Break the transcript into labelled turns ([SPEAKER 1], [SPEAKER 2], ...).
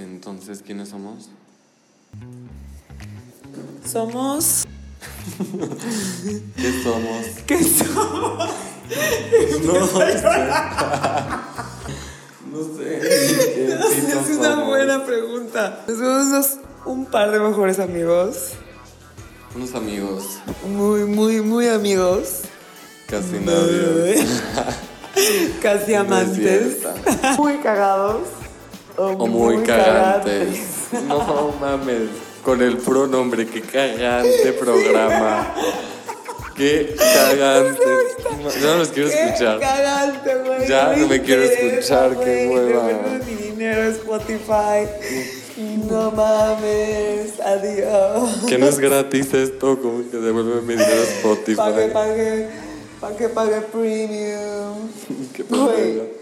[SPEAKER 1] Entonces, ¿quiénes somos?
[SPEAKER 2] Somos.
[SPEAKER 1] ¿Qué somos?
[SPEAKER 2] ¿Qué somos?
[SPEAKER 1] No, no sé. No sé. ¿Qué
[SPEAKER 2] No sé,
[SPEAKER 1] pitos
[SPEAKER 2] es una
[SPEAKER 1] somos?
[SPEAKER 2] buena pregunta. Somos unos- un par de mejores amigos.
[SPEAKER 1] Unos amigos.
[SPEAKER 2] Muy, muy, muy amigos.
[SPEAKER 1] Casi nadie.
[SPEAKER 2] Casi eh, amantes. Muy cagados. O,
[SPEAKER 1] O muy, cagantes. No mames. Con el pronombre, qué cagante programa. Qué cagante. Ya no los quiero
[SPEAKER 2] Qué
[SPEAKER 1] escuchar.
[SPEAKER 2] cagante, güey.
[SPEAKER 1] Ya no me quiero
[SPEAKER 2] interesa,
[SPEAKER 1] escuchar, qué
[SPEAKER 2] güey. Te
[SPEAKER 1] hueva.
[SPEAKER 2] meto mi dinero a Spotify. No mames. Adiós.
[SPEAKER 1] Que no es gratis esto, como que devuelve mi dinero a Spotify.
[SPEAKER 2] Pague, pague. Pague, pague premium.
[SPEAKER 1] Qué
[SPEAKER 2] Güey,
[SPEAKER 1] pendejo.